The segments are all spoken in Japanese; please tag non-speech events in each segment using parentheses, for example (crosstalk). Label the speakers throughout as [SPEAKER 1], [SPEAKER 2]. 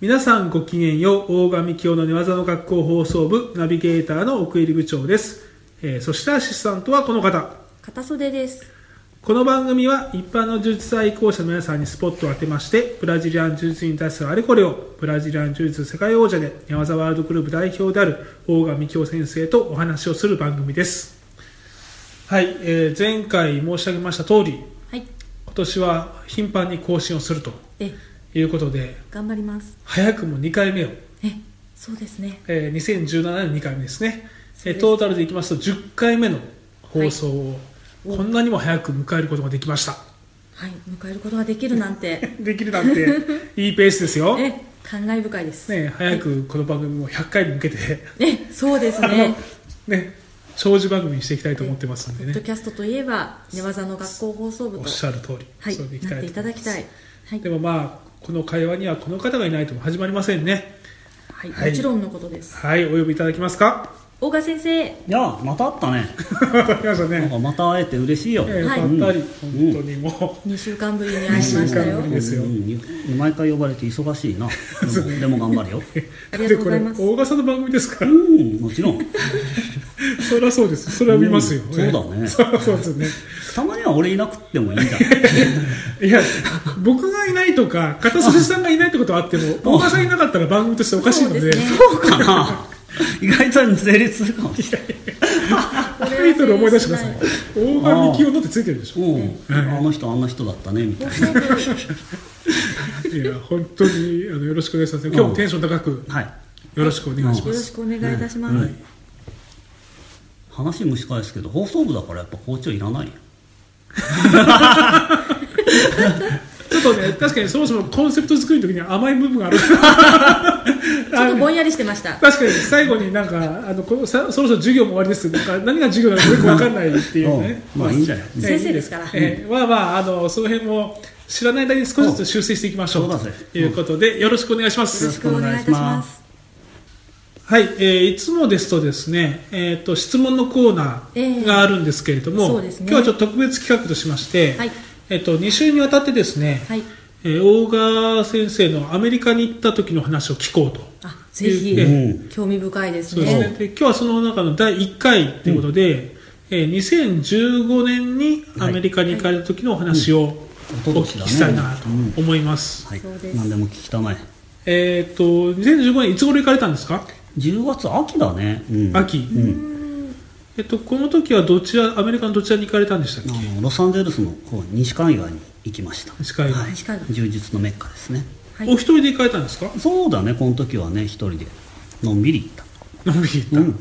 [SPEAKER 1] 皆さんごきげんよう大神清の寝技の学校放送部ナビゲーターの奥入部長です、えーそしてアシスタントはこの方
[SPEAKER 2] 片袖です
[SPEAKER 1] この番組は一般の柔術愛好者の皆さんにスポットを当てましてブラジリアン柔術に対するあれこれをブラジリアン柔術世界王者で寝技ワールドグループ代表である大神京先生とお話をする番組ですはい、えー前回申し上げました通り
[SPEAKER 2] はい
[SPEAKER 1] 今年は頻繁に更新をすると
[SPEAKER 2] え
[SPEAKER 1] いうことで
[SPEAKER 2] 頑張ります
[SPEAKER 1] 早くも2回目を、
[SPEAKER 2] えそうですね
[SPEAKER 1] えー2017年2回目ですね
[SPEAKER 2] そう
[SPEAKER 1] えー
[SPEAKER 2] です
[SPEAKER 1] トータルでいきますと10回目の放送を、こんなにも早く迎えることができました
[SPEAKER 2] はい迎えることができるなん
[SPEAKER 1] (laughs)
[SPEAKER 2] て
[SPEAKER 1] できるなんて (laughs) いいペースですよ、
[SPEAKER 2] え
[SPEAKER 1] ね、
[SPEAKER 2] 感慨深いです、
[SPEAKER 1] 早くこの番組も100回に向けて、
[SPEAKER 2] えそうですね
[SPEAKER 1] ね、長寿番組にしていきたいと思ってますんで
[SPEAKER 2] ポッド
[SPEAKER 1] ね
[SPEAKER 2] キャストといえば寝技の学校放送部
[SPEAKER 1] お
[SPEAKER 2] と
[SPEAKER 1] っしゃる通り、
[SPEAKER 2] はい
[SPEAKER 1] それで
[SPEAKER 2] なっていただきたいはい
[SPEAKER 1] でもまあこの会話にはこの方がいないとも始まりませんね
[SPEAKER 2] はい、
[SPEAKER 1] はい
[SPEAKER 2] もちろんのことです
[SPEAKER 1] はいお呼びいただきます
[SPEAKER 2] (laughs)
[SPEAKER 1] か
[SPEAKER 2] 大賀先生
[SPEAKER 3] いやまたあったね
[SPEAKER 1] わかりました
[SPEAKER 3] なん
[SPEAKER 1] ね
[SPEAKER 3] かまた会えて嬉しいよ、
[SPEAKER 1] えー
[SPEAKER 2] はい
[SPEAKER 1] ばったり、
[SPEAKER 3] うん
[SPEAKER 1] 本当にも
[SPEAKER 2] 2週間ぶりに会いましたよ
[SPEAKER 1] 二週間ぶりですよ
[SPEAKER 3] うん毎回呼ばれて忙
[SPEAKER 2] (laughs)
[SPEAKER 3] しいなでもでも頑張るよ
[SPEAKER 2] あ
[SPEAKER 1] う、
[SPEAKER 2] り
[SPEAKER 1] (laughs) で
[SPEAKER 2] がとう
[SPEAKER 1] こ
[SPEAKER 2] ござ
[SPEAKER 1] れ
[SPEAKER 2] います
[SPEAKER 1] 大笠の番組ですか
[SPEAKER 3] う
[SPEAKER 1] ら、
[SPEAKER 3] んもちろん
[SPEAKER 1] そりゃそうです、それは見ますよ、
[SPEAKER 3] うんそうだ
[SPEAKER 1] (laughs)
[SPEAKER 3] ね
[SPEAKER 1] そうそうですね、
[SPEAKER 3] たまには俺いなくてもいいんだ
[SPEAKER 1] いや、僕がいないとか、片袖さんがいないってことはあっても、大川さんいなかったら番組としておかしいので、
[SPEAKER 2] そうですね
[SPEAKER 3] そう
[SPEAKER 2] (laughs)
[SPEAKER 3] かな意外と成立するかもしれない
[SPEAKER 1] タイトル思い出してください、大川幹雄のってついてるでしょ、
[SPEAKER 3] うんあの人あんな人だったねみたい
[SPEAKER 2] 放送部
[SPEAKER 1] いや、本当にあのよろしくお願いします、今日もテンション高く、
[SPEAKER 3] なはい
[SPEAKER 1] よろしくお願いしま
[SPEAKER 2] よろ
[SPEAKER 1] す。
[SPEAKER 2] しくお願いいたします、
[SPEAKER 3] うん話蒸し返すけど放送部だからやっぱ包丁いらないよ
[SPEAKER 1] ちょっとね、確かにそもそもコンセプト作りの時には甘い部分
[SPEAKER 2] (laughs)
[SPEAKER 1] がある。
[SPEAKER 2] ちょっとぼんやりしてました
[SPEAKER 1] 確かに最後になんかあのこのさそろそろ授業も終わりですなんか何が授業なのかよく分かんないっていうね
[SPEAKER 3] うんまあいいんだよ
[SPEAKER 1] え
[SPEAKER 2] 先生ですから
[SPEAKER 1] いいええまあまああのその辺も知らない間に少しずつ修正していきましょ
[SPEAKER 3] そううだ
[SPEAKER 1] と
[SPEAKER 3] ぜ
[SPEAKER 1] いうことでよろしくお願いしま
[SPEAKER 2] よろ
[SPEAKER 1] す
[SPEAKER 2] しくお願いいたします
[SPEAKER 1] はい、えーいつもですとですねえーと質問のコーナーがあるんですけれども、
[SPEAKER 2] ええそうですね
[SPEAKER 1] 今日はちょっと特別企画としまして、
[SPEAKER 2] はい
[SPEAKER 1] えーと2週にわたってですね、
[SPEAKER 2] はい
[SPEAKER 1] えー大川先生のアメリカに行った時の話を聞こうと
[SPEAKER 2] あぜひ、
[SPEAKER 3] ええ
[SPEAKER 2] 興味深いです
[SPEAKER 1] そう
[SPEAKER 2] ね
[SPEAKER 1] ですね。で今日はその中の第1回ということで、えー2015年にアメリカに行かれた時のお話をお
[SPEAKER 3] うん
[SPEAKER 1] 聞きしたいなと思います。
[SPEAKER 3] はい
[SPEAKER 2] そうです
[SPEAKER 3] 何でも聞きたまえ
[SPEAKER 1] えっ、と2015年いつ頃行かれたんですか？
[SPEAKER 3] 10月秋だね、うん、
[SPEAKER 1] 秋。
[SPEAKER 3] うん
[SPEAKER 1] えっとこの時はどちらアメリカのどちらに行かれたんでしたっけ？
[SPEAKER 3] あのロサンゼルスの方西海岸に行きました
[SPEAKER 1] 西海岸
[SPEAKER 3] はい
[SPEAKER 2] 西海岸
[SPEAKER 3] 充実のメッカですね
[SPEAKER 2] はい
[SPEAKER 1] お一人で行かれたんですか？
[SPEAKER 3] そうだねこの時はね一人でのんびり行った
[SPEAKER 1] のんびり行った。
[SPEAKER 3] うん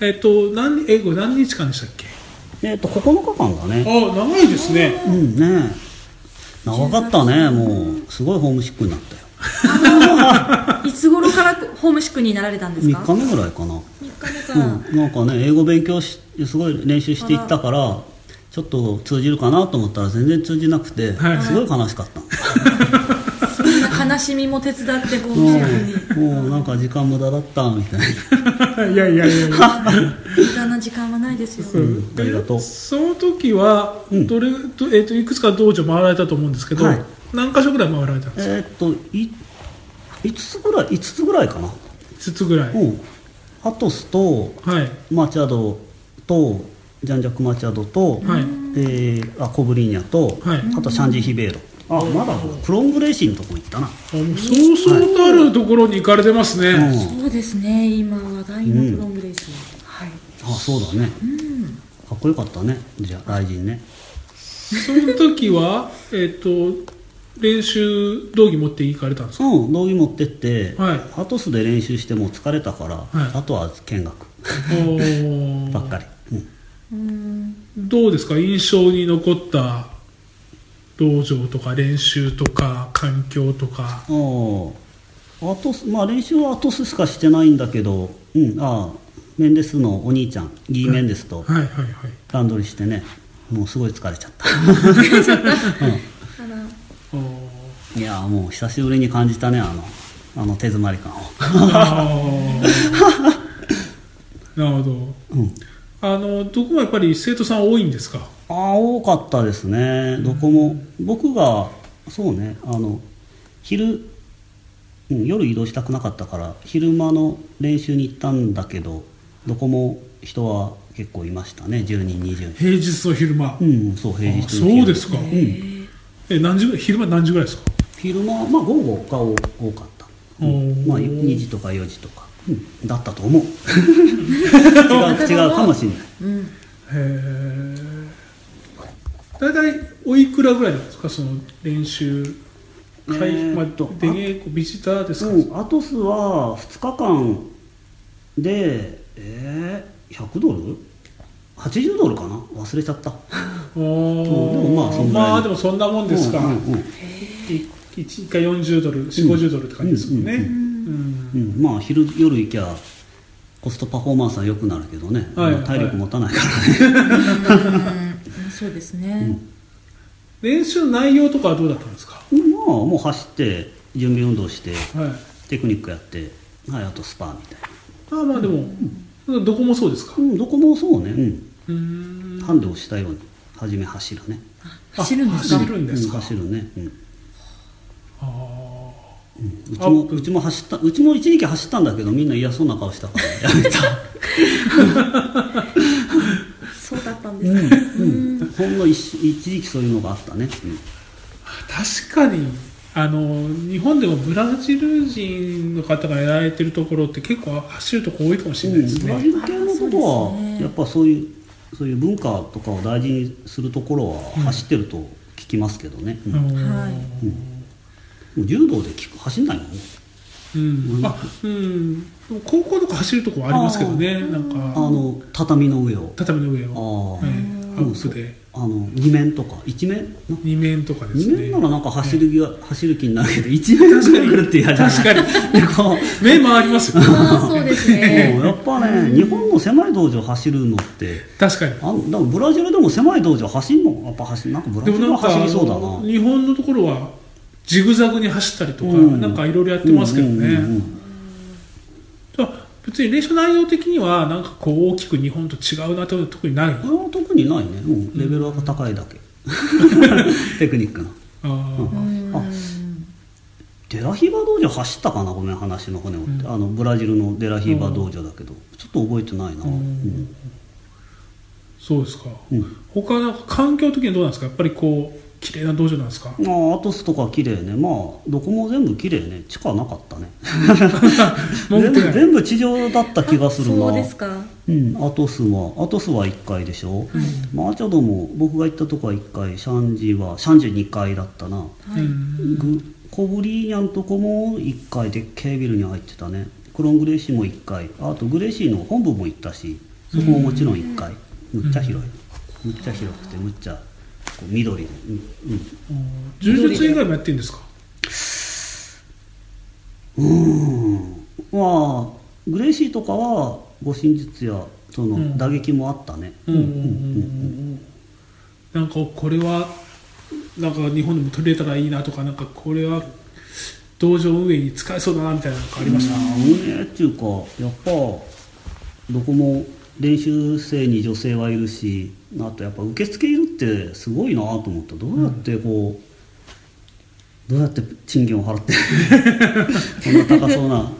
[SPEAKER 1] えっ、と何英語何日間でしたっけ？
[SPEAKER 3] えっ、と9日間だ
[SPEAKER 1] あ
[SPEAKER 3] ね
[SPEAKER 1] 長いですね。
[SPEAKER 3] うんね長かったねもうすごいホームシックになったよ
[SPEAKER 2] いつ頃からホームシックになられたんですか
[SPEAKER 3] 3日目ぐらいかな
[SPEAKER 2] 三日目か
[SPEAKER 3] う
[SPEAKER 2] ら、
[SPEAKER 3] んなんかね英語勉強しすごい練習していったからちょっと通じるかなと思ったら全然通じなくて、
[SPEAKER 1] はい
[SPEAKER 3] すごい悲しかった
[SPEAKER 2] そんな悲しみも手伝ってこう
[SPEAKER 3] うん
[SPEAKER 2] シックに
[SPEAKER 3] もうなんか時間無駄だったみたいな
[SPEAKER 1] (laughs) いやいやいやいや。
[SPEAKER 2] 無駄な時間はないですよ、
[SPEAKER 3] んありがとう
[SPEAKER 1] でその時は
[SPEAKER 3] うん
[SPEAKER 1] どれ、どえっといくつか道場回られたと思うんですけど、
[SPEAKER 3] はい
[SPEAKER 1] 何箇所ぐらい回られたんですか
[SPEAKER 3] えーっとい5つぐらい5つぐらいかな
[SPEAKER 1] 5つぐらい、
[SPEAKER 3] うんアトスと
[SPEAKER 1] はい
[SPEAKER 3] マチャドとジャンジャック・マチャドと、
[SPEAKER 1] はい
[SPEAKER 3] えーあコブリーニャと、
[SPEAKER 1] はい
[SPEAKER 3] あとシャンジ・ヒベーロあまだクロングレイシーのとこ行ったな
[SPEAKER 1] そうそうとあるところに行かれてますね、
[SPEAKER 3] うん
[SPEAKER 2] そうですね今話題のプロングレイス、はい
[SPEAKER 3] あそうだねかっこよかったねじゃあ雷神ね
[SPEAKER 1] その時はえっと練習道着持って行かれたん
[SPEAKER 3] (laughs)
[SPEAKER 1] ですか
[SPEAKER 3] うん道着持ってって、
[SPEAKER 1] はい
[SPEAKER 3] アトスで練習してもう疲れたから、
[SPEAKER 1] い
[SPEAKER 3] あとは見学
[SPEAKER 1] おー
[SPEAKER 3] ばっかり、うん
[SPEAKER 2] うん
[SPEAKER 1] どうですか印象に残った道場とか練習とか環境とか
[SPEAKER 3] ああアトスまあ練習はアトスしかしてないんだけど、うん、ああメンデスのお兄ちゃんギー・メンデスと
[SPEAKER 1] はいはいはい
[SPEAKER 3] ランドリーしてねもうすごい疲れちゃった
[SPEAKER 2] あら
[SPEAKER 1] おー
[SPEAKER 3] いやーもう久しぶりに感じたねあのあの手詰まり感を、 (laughs)
[SPEAKER 1] あ
[SPEAKER 3] (laughs)
[SPEAKER 1] ーなるほど
[SPEAKER 3] うん、
[SPEAKER 1] あのどこもやっぱり生徒さん多いんですか
[SPEAKER 3] ああ多かったですねどこも僕がそうねあの昼うん、夜移動したくなかったから昼間の練習に行ったんだけどどこも人は結構いましたね10人20人
[SPEAKER 1] 平日の昼間、
[SPEAKER 3] うんそう平
[SPEAKER 1] あ
[SPEAKER 3] 日の昼
[SPEAKER 1] そうですか、
[SPEAKER 3] うん、
[SPEAKER 1] え何時ぐらい昼間何時ぐらいですか
[SPEAKER 3] 昼間まあ午後が多多かった、
[SPEAKER 1] お
[SPEAKER 3] うん
[SPEAKER 1] ー
[SPEAKER 3] まあ、2時とか4時とか、うんだったと
[SPEAKER 1] (laughs)
[SPEAKER 3] 思う違う違うかもしれない
[SPEAKER 2] うん、
[SPEAKER 1] へえ大体おいくらぐらいなんですかその練習会
[SPEAKER 3] えー
[SPEAKER 1] まあ
[SPEAKER 3] っと、
[SPEAKER 1] 出稽古ビジターですか、
[SPEAKER 3] うん、アトスは2日間で、えー、100ドル ?80 ドルかな忘れちゃった。
[SPEAKER 1] おー
[SPEAKER 3] うんでもまあそんぐらい
[SPEAKER 1] まあでもそんなもんですか、
[SPEAKER 3] うんうんうん
[SPEAKER 1] い一回40ドル4 5 0ドルって感じですもんね、
[SPEAKER 3] うんうん
[SPEAKER 1] うん
[SPEAKER 3] うんまあ昼夜行きゃコストパフォーマンスは良くなるけどね、
[SPEAKER 1] はい
[SPEAKER 3] まあ体力持たないからね、
[SPEAKER 2] うんそうですね、
[SPEAKER 1] 練習の内容とかはどうだったんですか、
[SPEAKER 3] (laughs) まあもう走って準備運動して
[SPEAKER 1] はい、
[SPEAKER 3] テクニックやって、はい、あとスパーみたいな、
[SPEAKER 1] ああまあでも、どこもそうですか
[SPEAKER 3] うん、どこもそうね、う
[SPEAKER 1] うー
[SPEAKER 3] ん
[SPEAKER 1] ん
[SPEAKER 3] ハンデをしたように初め走るね
[SPEAKER 2] 走るんで
[SPEAKER 1] あ
[SPEAKER 2] すか
[SPEAKER 1] 走るんですか、
[SPEAKER 3] う走るね、うん
[SPEAKER 1] あー
[SPEAKER 3] うち
[SPEAKER 1] ア
[SPEAKER 3] も
[SPEAKER 1] ップ
[SPEAKER 3] うちも走ったうちも一時期走ったんだけどみんな嫌そうな顔したから
[SPEAKER 1] (laughs)
[SPEAKER 3] やめた、
[SPEAKER 2] そうだったんですか、
[SPEAKER 3] うん、ほんの一一時期そういうのがあったね、
[SPEAKER 1] 確かにあの日本でもブラジル人の方がやられてるところって結構走るとこ多いかもし
[SPEAKER 3] う
[SPEAKER 1] れ
[SPEAKER 3] ん
[SPEAKER 1] ないです
[SPEAKER 3] ブラ
[SPEAKER 1] ね、
[SPEAKER 3] ジル系のとこ
[SPEAKER 2] そうです
[SPEAKER 3] は
[SPEAKER 2] ね
[SPEAKER 3] やっぱそういうそういう文化とかを大事にするところは走ってると聞きますけどね、うん
[SPEAKER 1] あのー
[SPEAKER 2] はい
[SPEAKER 3] もう柔道で聞く走んないもん
[SPEAKER 1] うんあうん、でも高校とか走るとこはありますけどねなん
[SPEAKER 3] あ
[SPEAKER 1] か
[SPEAKER 3] の畳の上を
[SPEAKER 1] 畳の上を、
[SPEAKER 3] あ
[SPEAKER 1] え
[SPEAKER 3] あ、
[SPEAKER 1] えア
[SPEAKER 3] うん
[SPEAKER 1] ウトで
[SPEAKER 3] あの二面とか一面な
[SPEAKER 1] 2面とかです
[SPEAKER 3] 二
[SPEAKER 1] ね
[SPEAKER 3] 面ならなんか走る気が、走る気になるけど一面ぐるぐるって嫌じゃない
[SPEAKER 1] 確かに (laughs)
[SPEAKER 3] こう
[SPEAKER 1] 目回り
[SPEAKER 3] (laughs)
[SPEAKER 1] ますよ
[SPEAKER 2] ああそうですね
[SPEAKER 3] もうやっぱね、日本の狭い道場走るのって、
[SPEAKER 1] 確かに
[SPEAKER 3] あんだからブラジルでも狭い道場走るの、やっぱ走るなんかブラ
[SPEAKER 1] で
[SPEAKER 3] ジ
[SPEAKER 1] も
[SPEAKER 3] ル
[SPEAKER 1] な
[SPEAKER 3] は
[SPEAKER 1] んか
[SPEAKER 3] 走りそうだ
[SPEAKER 1] あの
[SPEAKER 3] な。
[SPEAKER 1] 日本のところはジグザグに走ったりとか、
[SPEAKER 3] うん
[SPEAKER 1] なんかいろいろやってますけどね、
[SPEAKER 3] うんうんうん
[SPEAKER 1] じゃあ別に練習内容的にはなんかこう大きく日本と違うなってことは特にない
[SPEAKER 3] あれは特にないね、うん、レベルが高い
[SPEAKER 1] (laughs)
[SPEAKER 3] だけ。テクニックの。
[SPEAKER 1] あ
[SPEAKER 2] う
[SPEAKER 1] ー
[SPEAKER 2] ん
[SPEAKER 3] あデラヒーバ道場走ったかな、ごめん、話の骨折って、あのブラジルのデラヒーバ道場だけど、ちょっと覚えてないな。
[SPEAKER 1] う
[SPEAKER 3] うんん
[SPEAKER 1] そうですか
[SPEAKER 3] うん
[SPEAKER 1] 他なんか環境的にどうなんですかやっぱりこう綺麗な道場なんですか
[SPEAKER 3] まあ、アトスとか綺麗ね、まあ、どこも全部綺麗ね、地下なかったね、
[SPEAKER 1] 文
[SPEAKER 3] 全
[SPEAKER 1] 句
[SPEAKER 3] 部
[SPEAKER 1] ない
[SPEAKER 3] 全部地上だった気がするな、
[SPEAKER 2] そうですか
[SPEAKER 3] うん、アトスはアトスは1階でしょ、マーチャドも僕が行ったとこは1階シャンジはシャンジ2階だったな、
[SPEAKER 2] はい、
[SPEAKER 1] うん
[SPEAKER 3] グコブリーニャンとこも1階でっけえビルに入ってたねクロングレーシーも1階あとグレーシーの本部も行ったしそこももちろん1階、むっちゃ広いむっちゃ広くてむっちゃこう緑で、うんうん
[SPEAKER 1] 柔術以外もやってるんですか
[SPEAKER 3] うーんまあグレイシーとかは護身術やそ
[SPEAKER 1] うん
[SPEAKER 3] の打撃もあったね、
[SPEAKER 1] うんうんうんうんなんかこれはなんか日本でも取り入れたらいいなとかなんかこれは道場運営に使えそうだなみたいなのがありました、
[SPEAKER 3] うんねっていうかやっぱどこも練習生に女性はいるしあとやっぱ受付いるってすごいなと思ったどうやってこう、どうやって賃金を払って (laughs) こんな高そうな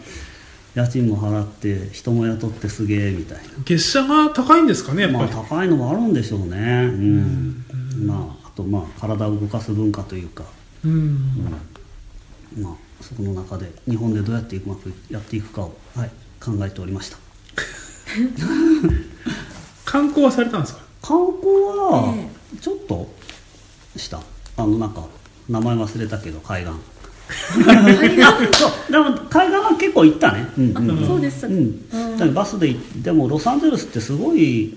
[SPEAKER 3] 家賃も払って人も雇ってすげえみたいな。
[SPEAKER 1] 月謝が高いんですかねやっぱ
[SPEAKER 3] まあ
[SPEAKER 1] り、
[SPEAKER 3] 高いのもあるんでしょうね、うんまあ、あとまあ体を動かす文化というか、
[SPEAKER 1] うん
[SPEAKER 3] まあ、そこの中で日本でどうやってうまくやっていくかを、はい、考えておりました
[SPEAKER 1] 観光はされたんですか
[SPEAKER 3] 観光は
[SPEAKER 2] え
[SPEAKER 3] ちょっとした、あのなんか名前忘れたけど海岸そうでも海岸は結構行ったね、うんうん
[SPEAKER 2] あそうですか、
[SPEAKER 3] うん、だからバスで行ってもロサンゼルスってすごい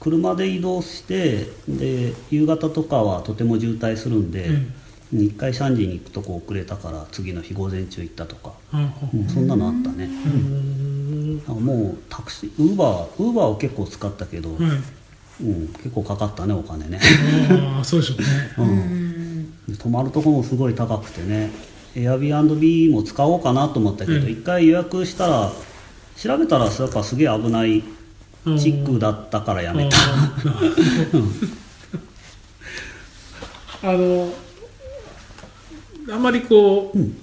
[SPEAKER 3] 車で移動してで夕方とかはとても渋滞するんで、
[SPEAKER 1] うん
[SPEAKER 3] 1回シャンジに行くとこ遅れたから次の日午前中行ったとか、
[SPEAKER 1] うん
[SPEAKER 3] うんそんなのあったね、
[SPEAKER 1] うん
[SPEAKER 3] あもうタクシーウーバーウーバーを結構使ったけど、
[SPEAKER 1] はい
[SPEAKER 3] うん、結構かかったねお金ね、
[SPEAKER 1] ああそうでしょうね
[SPEAKER 3] う、
[SPEAKER 2] うんん
[SPEAKER 3] 泊まるとこもすごい高くてね Airbnb も使おうかなと思ったけど、
[SPEAKER 1] うん
[SPEAKER 3] 一回予約したら調べたらやっぱすげえ危ないチックだったからやめた、
[SPEAKER 1] あーなるほどあのあんまりこう、
[SPEAKER 3] うん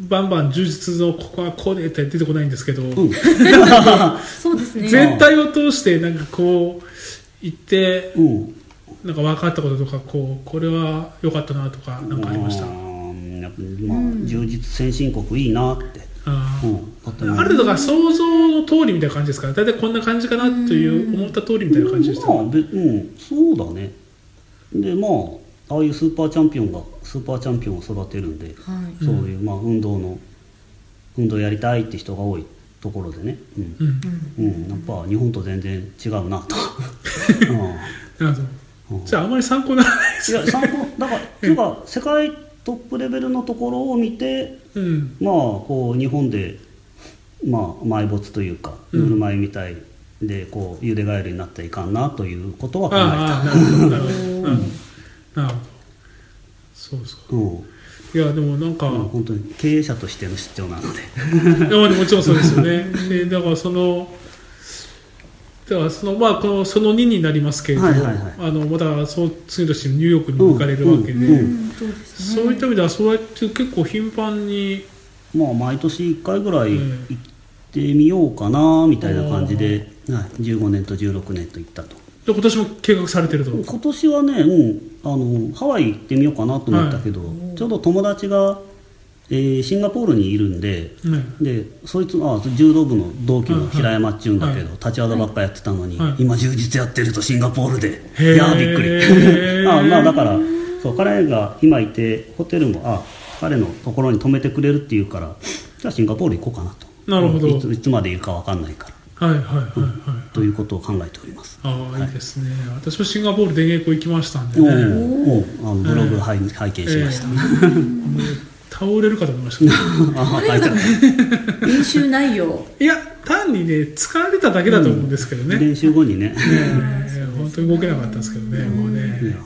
[SPEAKER 1] バンバン充実のここはこうでって出てこないんですけど、
[SPEAKER 3] うん、
[SPEAKER 2] そうですね。
[SPEAKER 1] 全体を通してなんかこう言って
[SPEAKER 3] うん、
[SPEAKER 1] なんか分かったこととかこうこれは良かったなとかなんかありました
[SPEAKER 3] う
[SPEAKER 1] あ
[SPEAKER 3] んやっぱまあ、充実先進国いいなって、
[SPEAKER 1] あ
[SPEAKER 3] うん、だって
[SPEAKER 1] ある程度が想像の通りみたいな感じですから大体こんな感じかなという思った通りみたいな感じでした、
[SPEAKER 3] まあ、べうん、そうだねでまあああいうスーパーチャンピオンがスーパーチャンピオンを育てるんで、
[SPEAKER 2] はい。
[SPEAKER 3] そういう、まあ、運動の運動やりたいって人が多いところでね、うん
[SPEAKER 1] うん、
[SPEAKER 3] うん、やっぱ日本と全然違うな
[SPEAKER 1] (laughs)
[SPEAKER 3] と、
[SPEAKER 1] なるほ
[SPEAKER 3] うんう
[SPEAKER 1] ど
[SPEAKER 3] ん
[SPEAKER 1] じゃああまり参考にならないで
[SPEAKER 3] い
[SPEAKER 1] す
[SPEAKER 3] や参考だからていうか世界トップレベルのところを見て
[SPEAKER 1] うん
[SPEAKER 3] まあこう日本で、まあ、埋没というかぬるま湯みたいでこうゆでガエルになっていかんなということは考
[SPEAKER 1] ああなるほどなるほどなるほどなるほどそうですか
[SPEAKER 3] えた、うん
[SPEAKER 1] いやでもなんか、
[SPEAKER 3] まあ、本当に経営者としての出張なので
[SPEAKER 1] いやまあもちろんそうです
[SPEAKER 3] (laughs)
[SPEAKER 1] よね。でだからそのだからそのまあこのその2になりますけれども、
[SPEAKER 3] はいはいはい
[SPEAKER 1] あのまたそう次の年ニューヨークにも行かれるわけで、
[SPEAKER 3] うん
[SPEAKER 2] う、
[SPEAKER 3] うん
[SPEAKER 2] そうです
[SPEAKER 1] そう
[SPEAKER 2] ね。
[SPEAKER 1] いった意味ではそうやって結構頻繁に、
[SPEAKER 3] まあ毎年1回ぐらい
[SPEAKER 1] うん
[SPEAKER 3] 行ってみようかなみたいな感じで、はい、15年と16年と行ったと
[SPEAKER 1] で今年も計画されてると。
[SPEAKER 3] 今年はね、うん、あのハワイ行ってみようかなと思ったけど、ちょうど友達が、えーシンガポールにいるんで
[SPEAKER 1] ね
[SPEAKER 3] でそいつあ柔道部の同期の平山っちゅうんだけど、
[SPEAKER 1] はい
[SPEAKER 3] 立ち技ばっかやってたのに、
[SPEAKER 1] はい
[SPEAKER 3] 今充実やってるとシンガポールで、
[SPEAKER 1] へー
[SPEAKER 3] いやーびっくり (laughs) あまあだからそう彼が今いてホテルもあ彼のところに泊めてくれるっていうからじゃあシンガポール行こうかなと
[SPEAKER 1] なるほど
[SPEAKER 3] うんいついつまでいるか分かんないから
[SPEAKER 1] はいはいはいはい。
[SPEAKER 3] ということを考えております
[SPEAKER 1] ああいいですね。私もシンガポール電撃校行きましたんで
[SPEAKER 3] おう
[SPEAKER 1] ね。
[SPEAKER 3] おうあのブログ拝拝見しました、
[SPEAKER 1] ええもう倒れるかと思いましたけど。
[SPEAKER 3] あ書いてある
[SPEAKER 2] 練習内容。
[SPEAKER 1] (laughs) いや単にね疲れただけだと思うんですけどね。
[SPEAKER 3] (laughs) 練習後にね
[SPEAKER 1] ねえ本当に動けなかったんですけどね、もう
[SPEAKER 3] い
[SPEAKER 1] ね。
[SPEAKER 3] や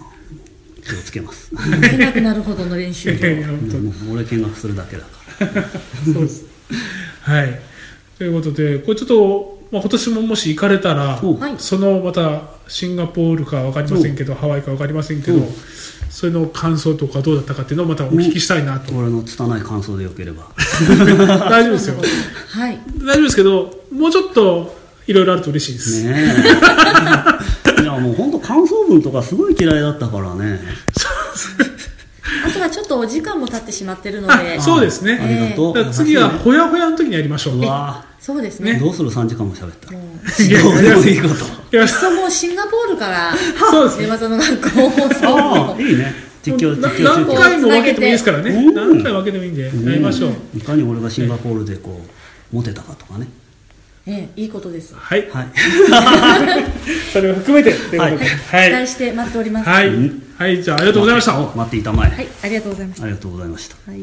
[SPEAKER 3] 気をつけます
[SPEAKER 2] 負けなくなるほどの練習
[SPEAKER 1] いやいや
[SPEAKER 2] 量。
[SPEAKER 1] 本当に
[SPEAKER 3] もう俺見学するだけだから
[SPEAKER 1] そうです。はい。ということで、これちょっと、まあ、今年ももし行かれたら、
[SPEAKER 3] おう
[SPEAKER 2] はい。
[SPEAKER 1] そのまたシンガポールか分かりませんけど、ハワイか分かりませんけど
[SPEAKER 3] うん、
[SPEAKER 1] それの感想とかどうだったかっていうのをまたお聞きしたいなと。
[SPEAKER 3] 俺の拙い感想でよけれ (laughs) ば
[SPEAKER 1] (laughs) 大丈夫ですよ。
[SPEAKER 2] はい。
[SPEAKER 1] 大丈夫ですけど、もうちょっといろいろあると嬉しいです。
[SPEAKER 3] ねえいやもう本当感想文とかすごい嫌いだったからね
[SPEAKER 2] あとはちょっとお時間も経ってしまってるので
[SPEAKER 1] あ。そうですね
[SPEAKER 3] ありがと
[SPEAKER 1] だ
[SPEAKER 3] う、
[SPEAKER 1] から次はほやほやの時にやりましょう。
[SPEAKER 3] う
[SPEAKER 1] い
[SPEAKER 3] わ
[SPEAKER 2] そうです
[SPEAKER 3] ー
[SPEAKER 2] ね。
[SPEAKER 3] どうする3時間も喋ったら
[SPEAKER 2] もう
[SPEAKER 1] や
[SPEAKER 3] どう
[SPEAKER 1] い
[SPEAKER 3] で
[SPEAKER 1] や
[SPEAKER 3] もいいこと
[SPEAKER 1] や
[SPEAKER 2] そもうシンガポールから
[SPEAKER 1] そうです
[SPEAKER 2] 寝
[SPEAKER 1] ね。
[SPEAKER 2] 技の学校を放
[SPEAKER 3] あ
[SPEAKER 2] 送
[SPEAKER 3] あいいね実況実
[SPEAKER 1] な
[SPEAKER 3] 況中
[SPEAKER 1] 何
[SPEAKER 3] 継
[SPEAKER 1] 回も分けてもいいですからね。
[SPEAKER 3] うん
[SPEAKER 1] 何回分けてもいいんで、やりましょう。
[SPEAKER 3] いかに俺がシンガポールでこうモテたかとかね
[SPEAKER 2] ええ、いいことです。
[SPEAKER 1] はい。
[SPEAKER 3] はい
[SPEAKER 1] それを含めて、ということで。は
[SPEAKER 2] 期
[SPEAKER 1] い。
[SPEAKER 2] 待して待っております。
[SPEAKER 1] はい
[SPEAKER 3] うん。
[SPEAKER 1] はい、じゃあありがとうございました。
[SPEAKER 3] (laughs) 待っていたまえ
[SPEAKER 2] はい、ありがとうございまし
[SPEAKER 3] ありがとうございました
[SPEAKER 2] た。はい。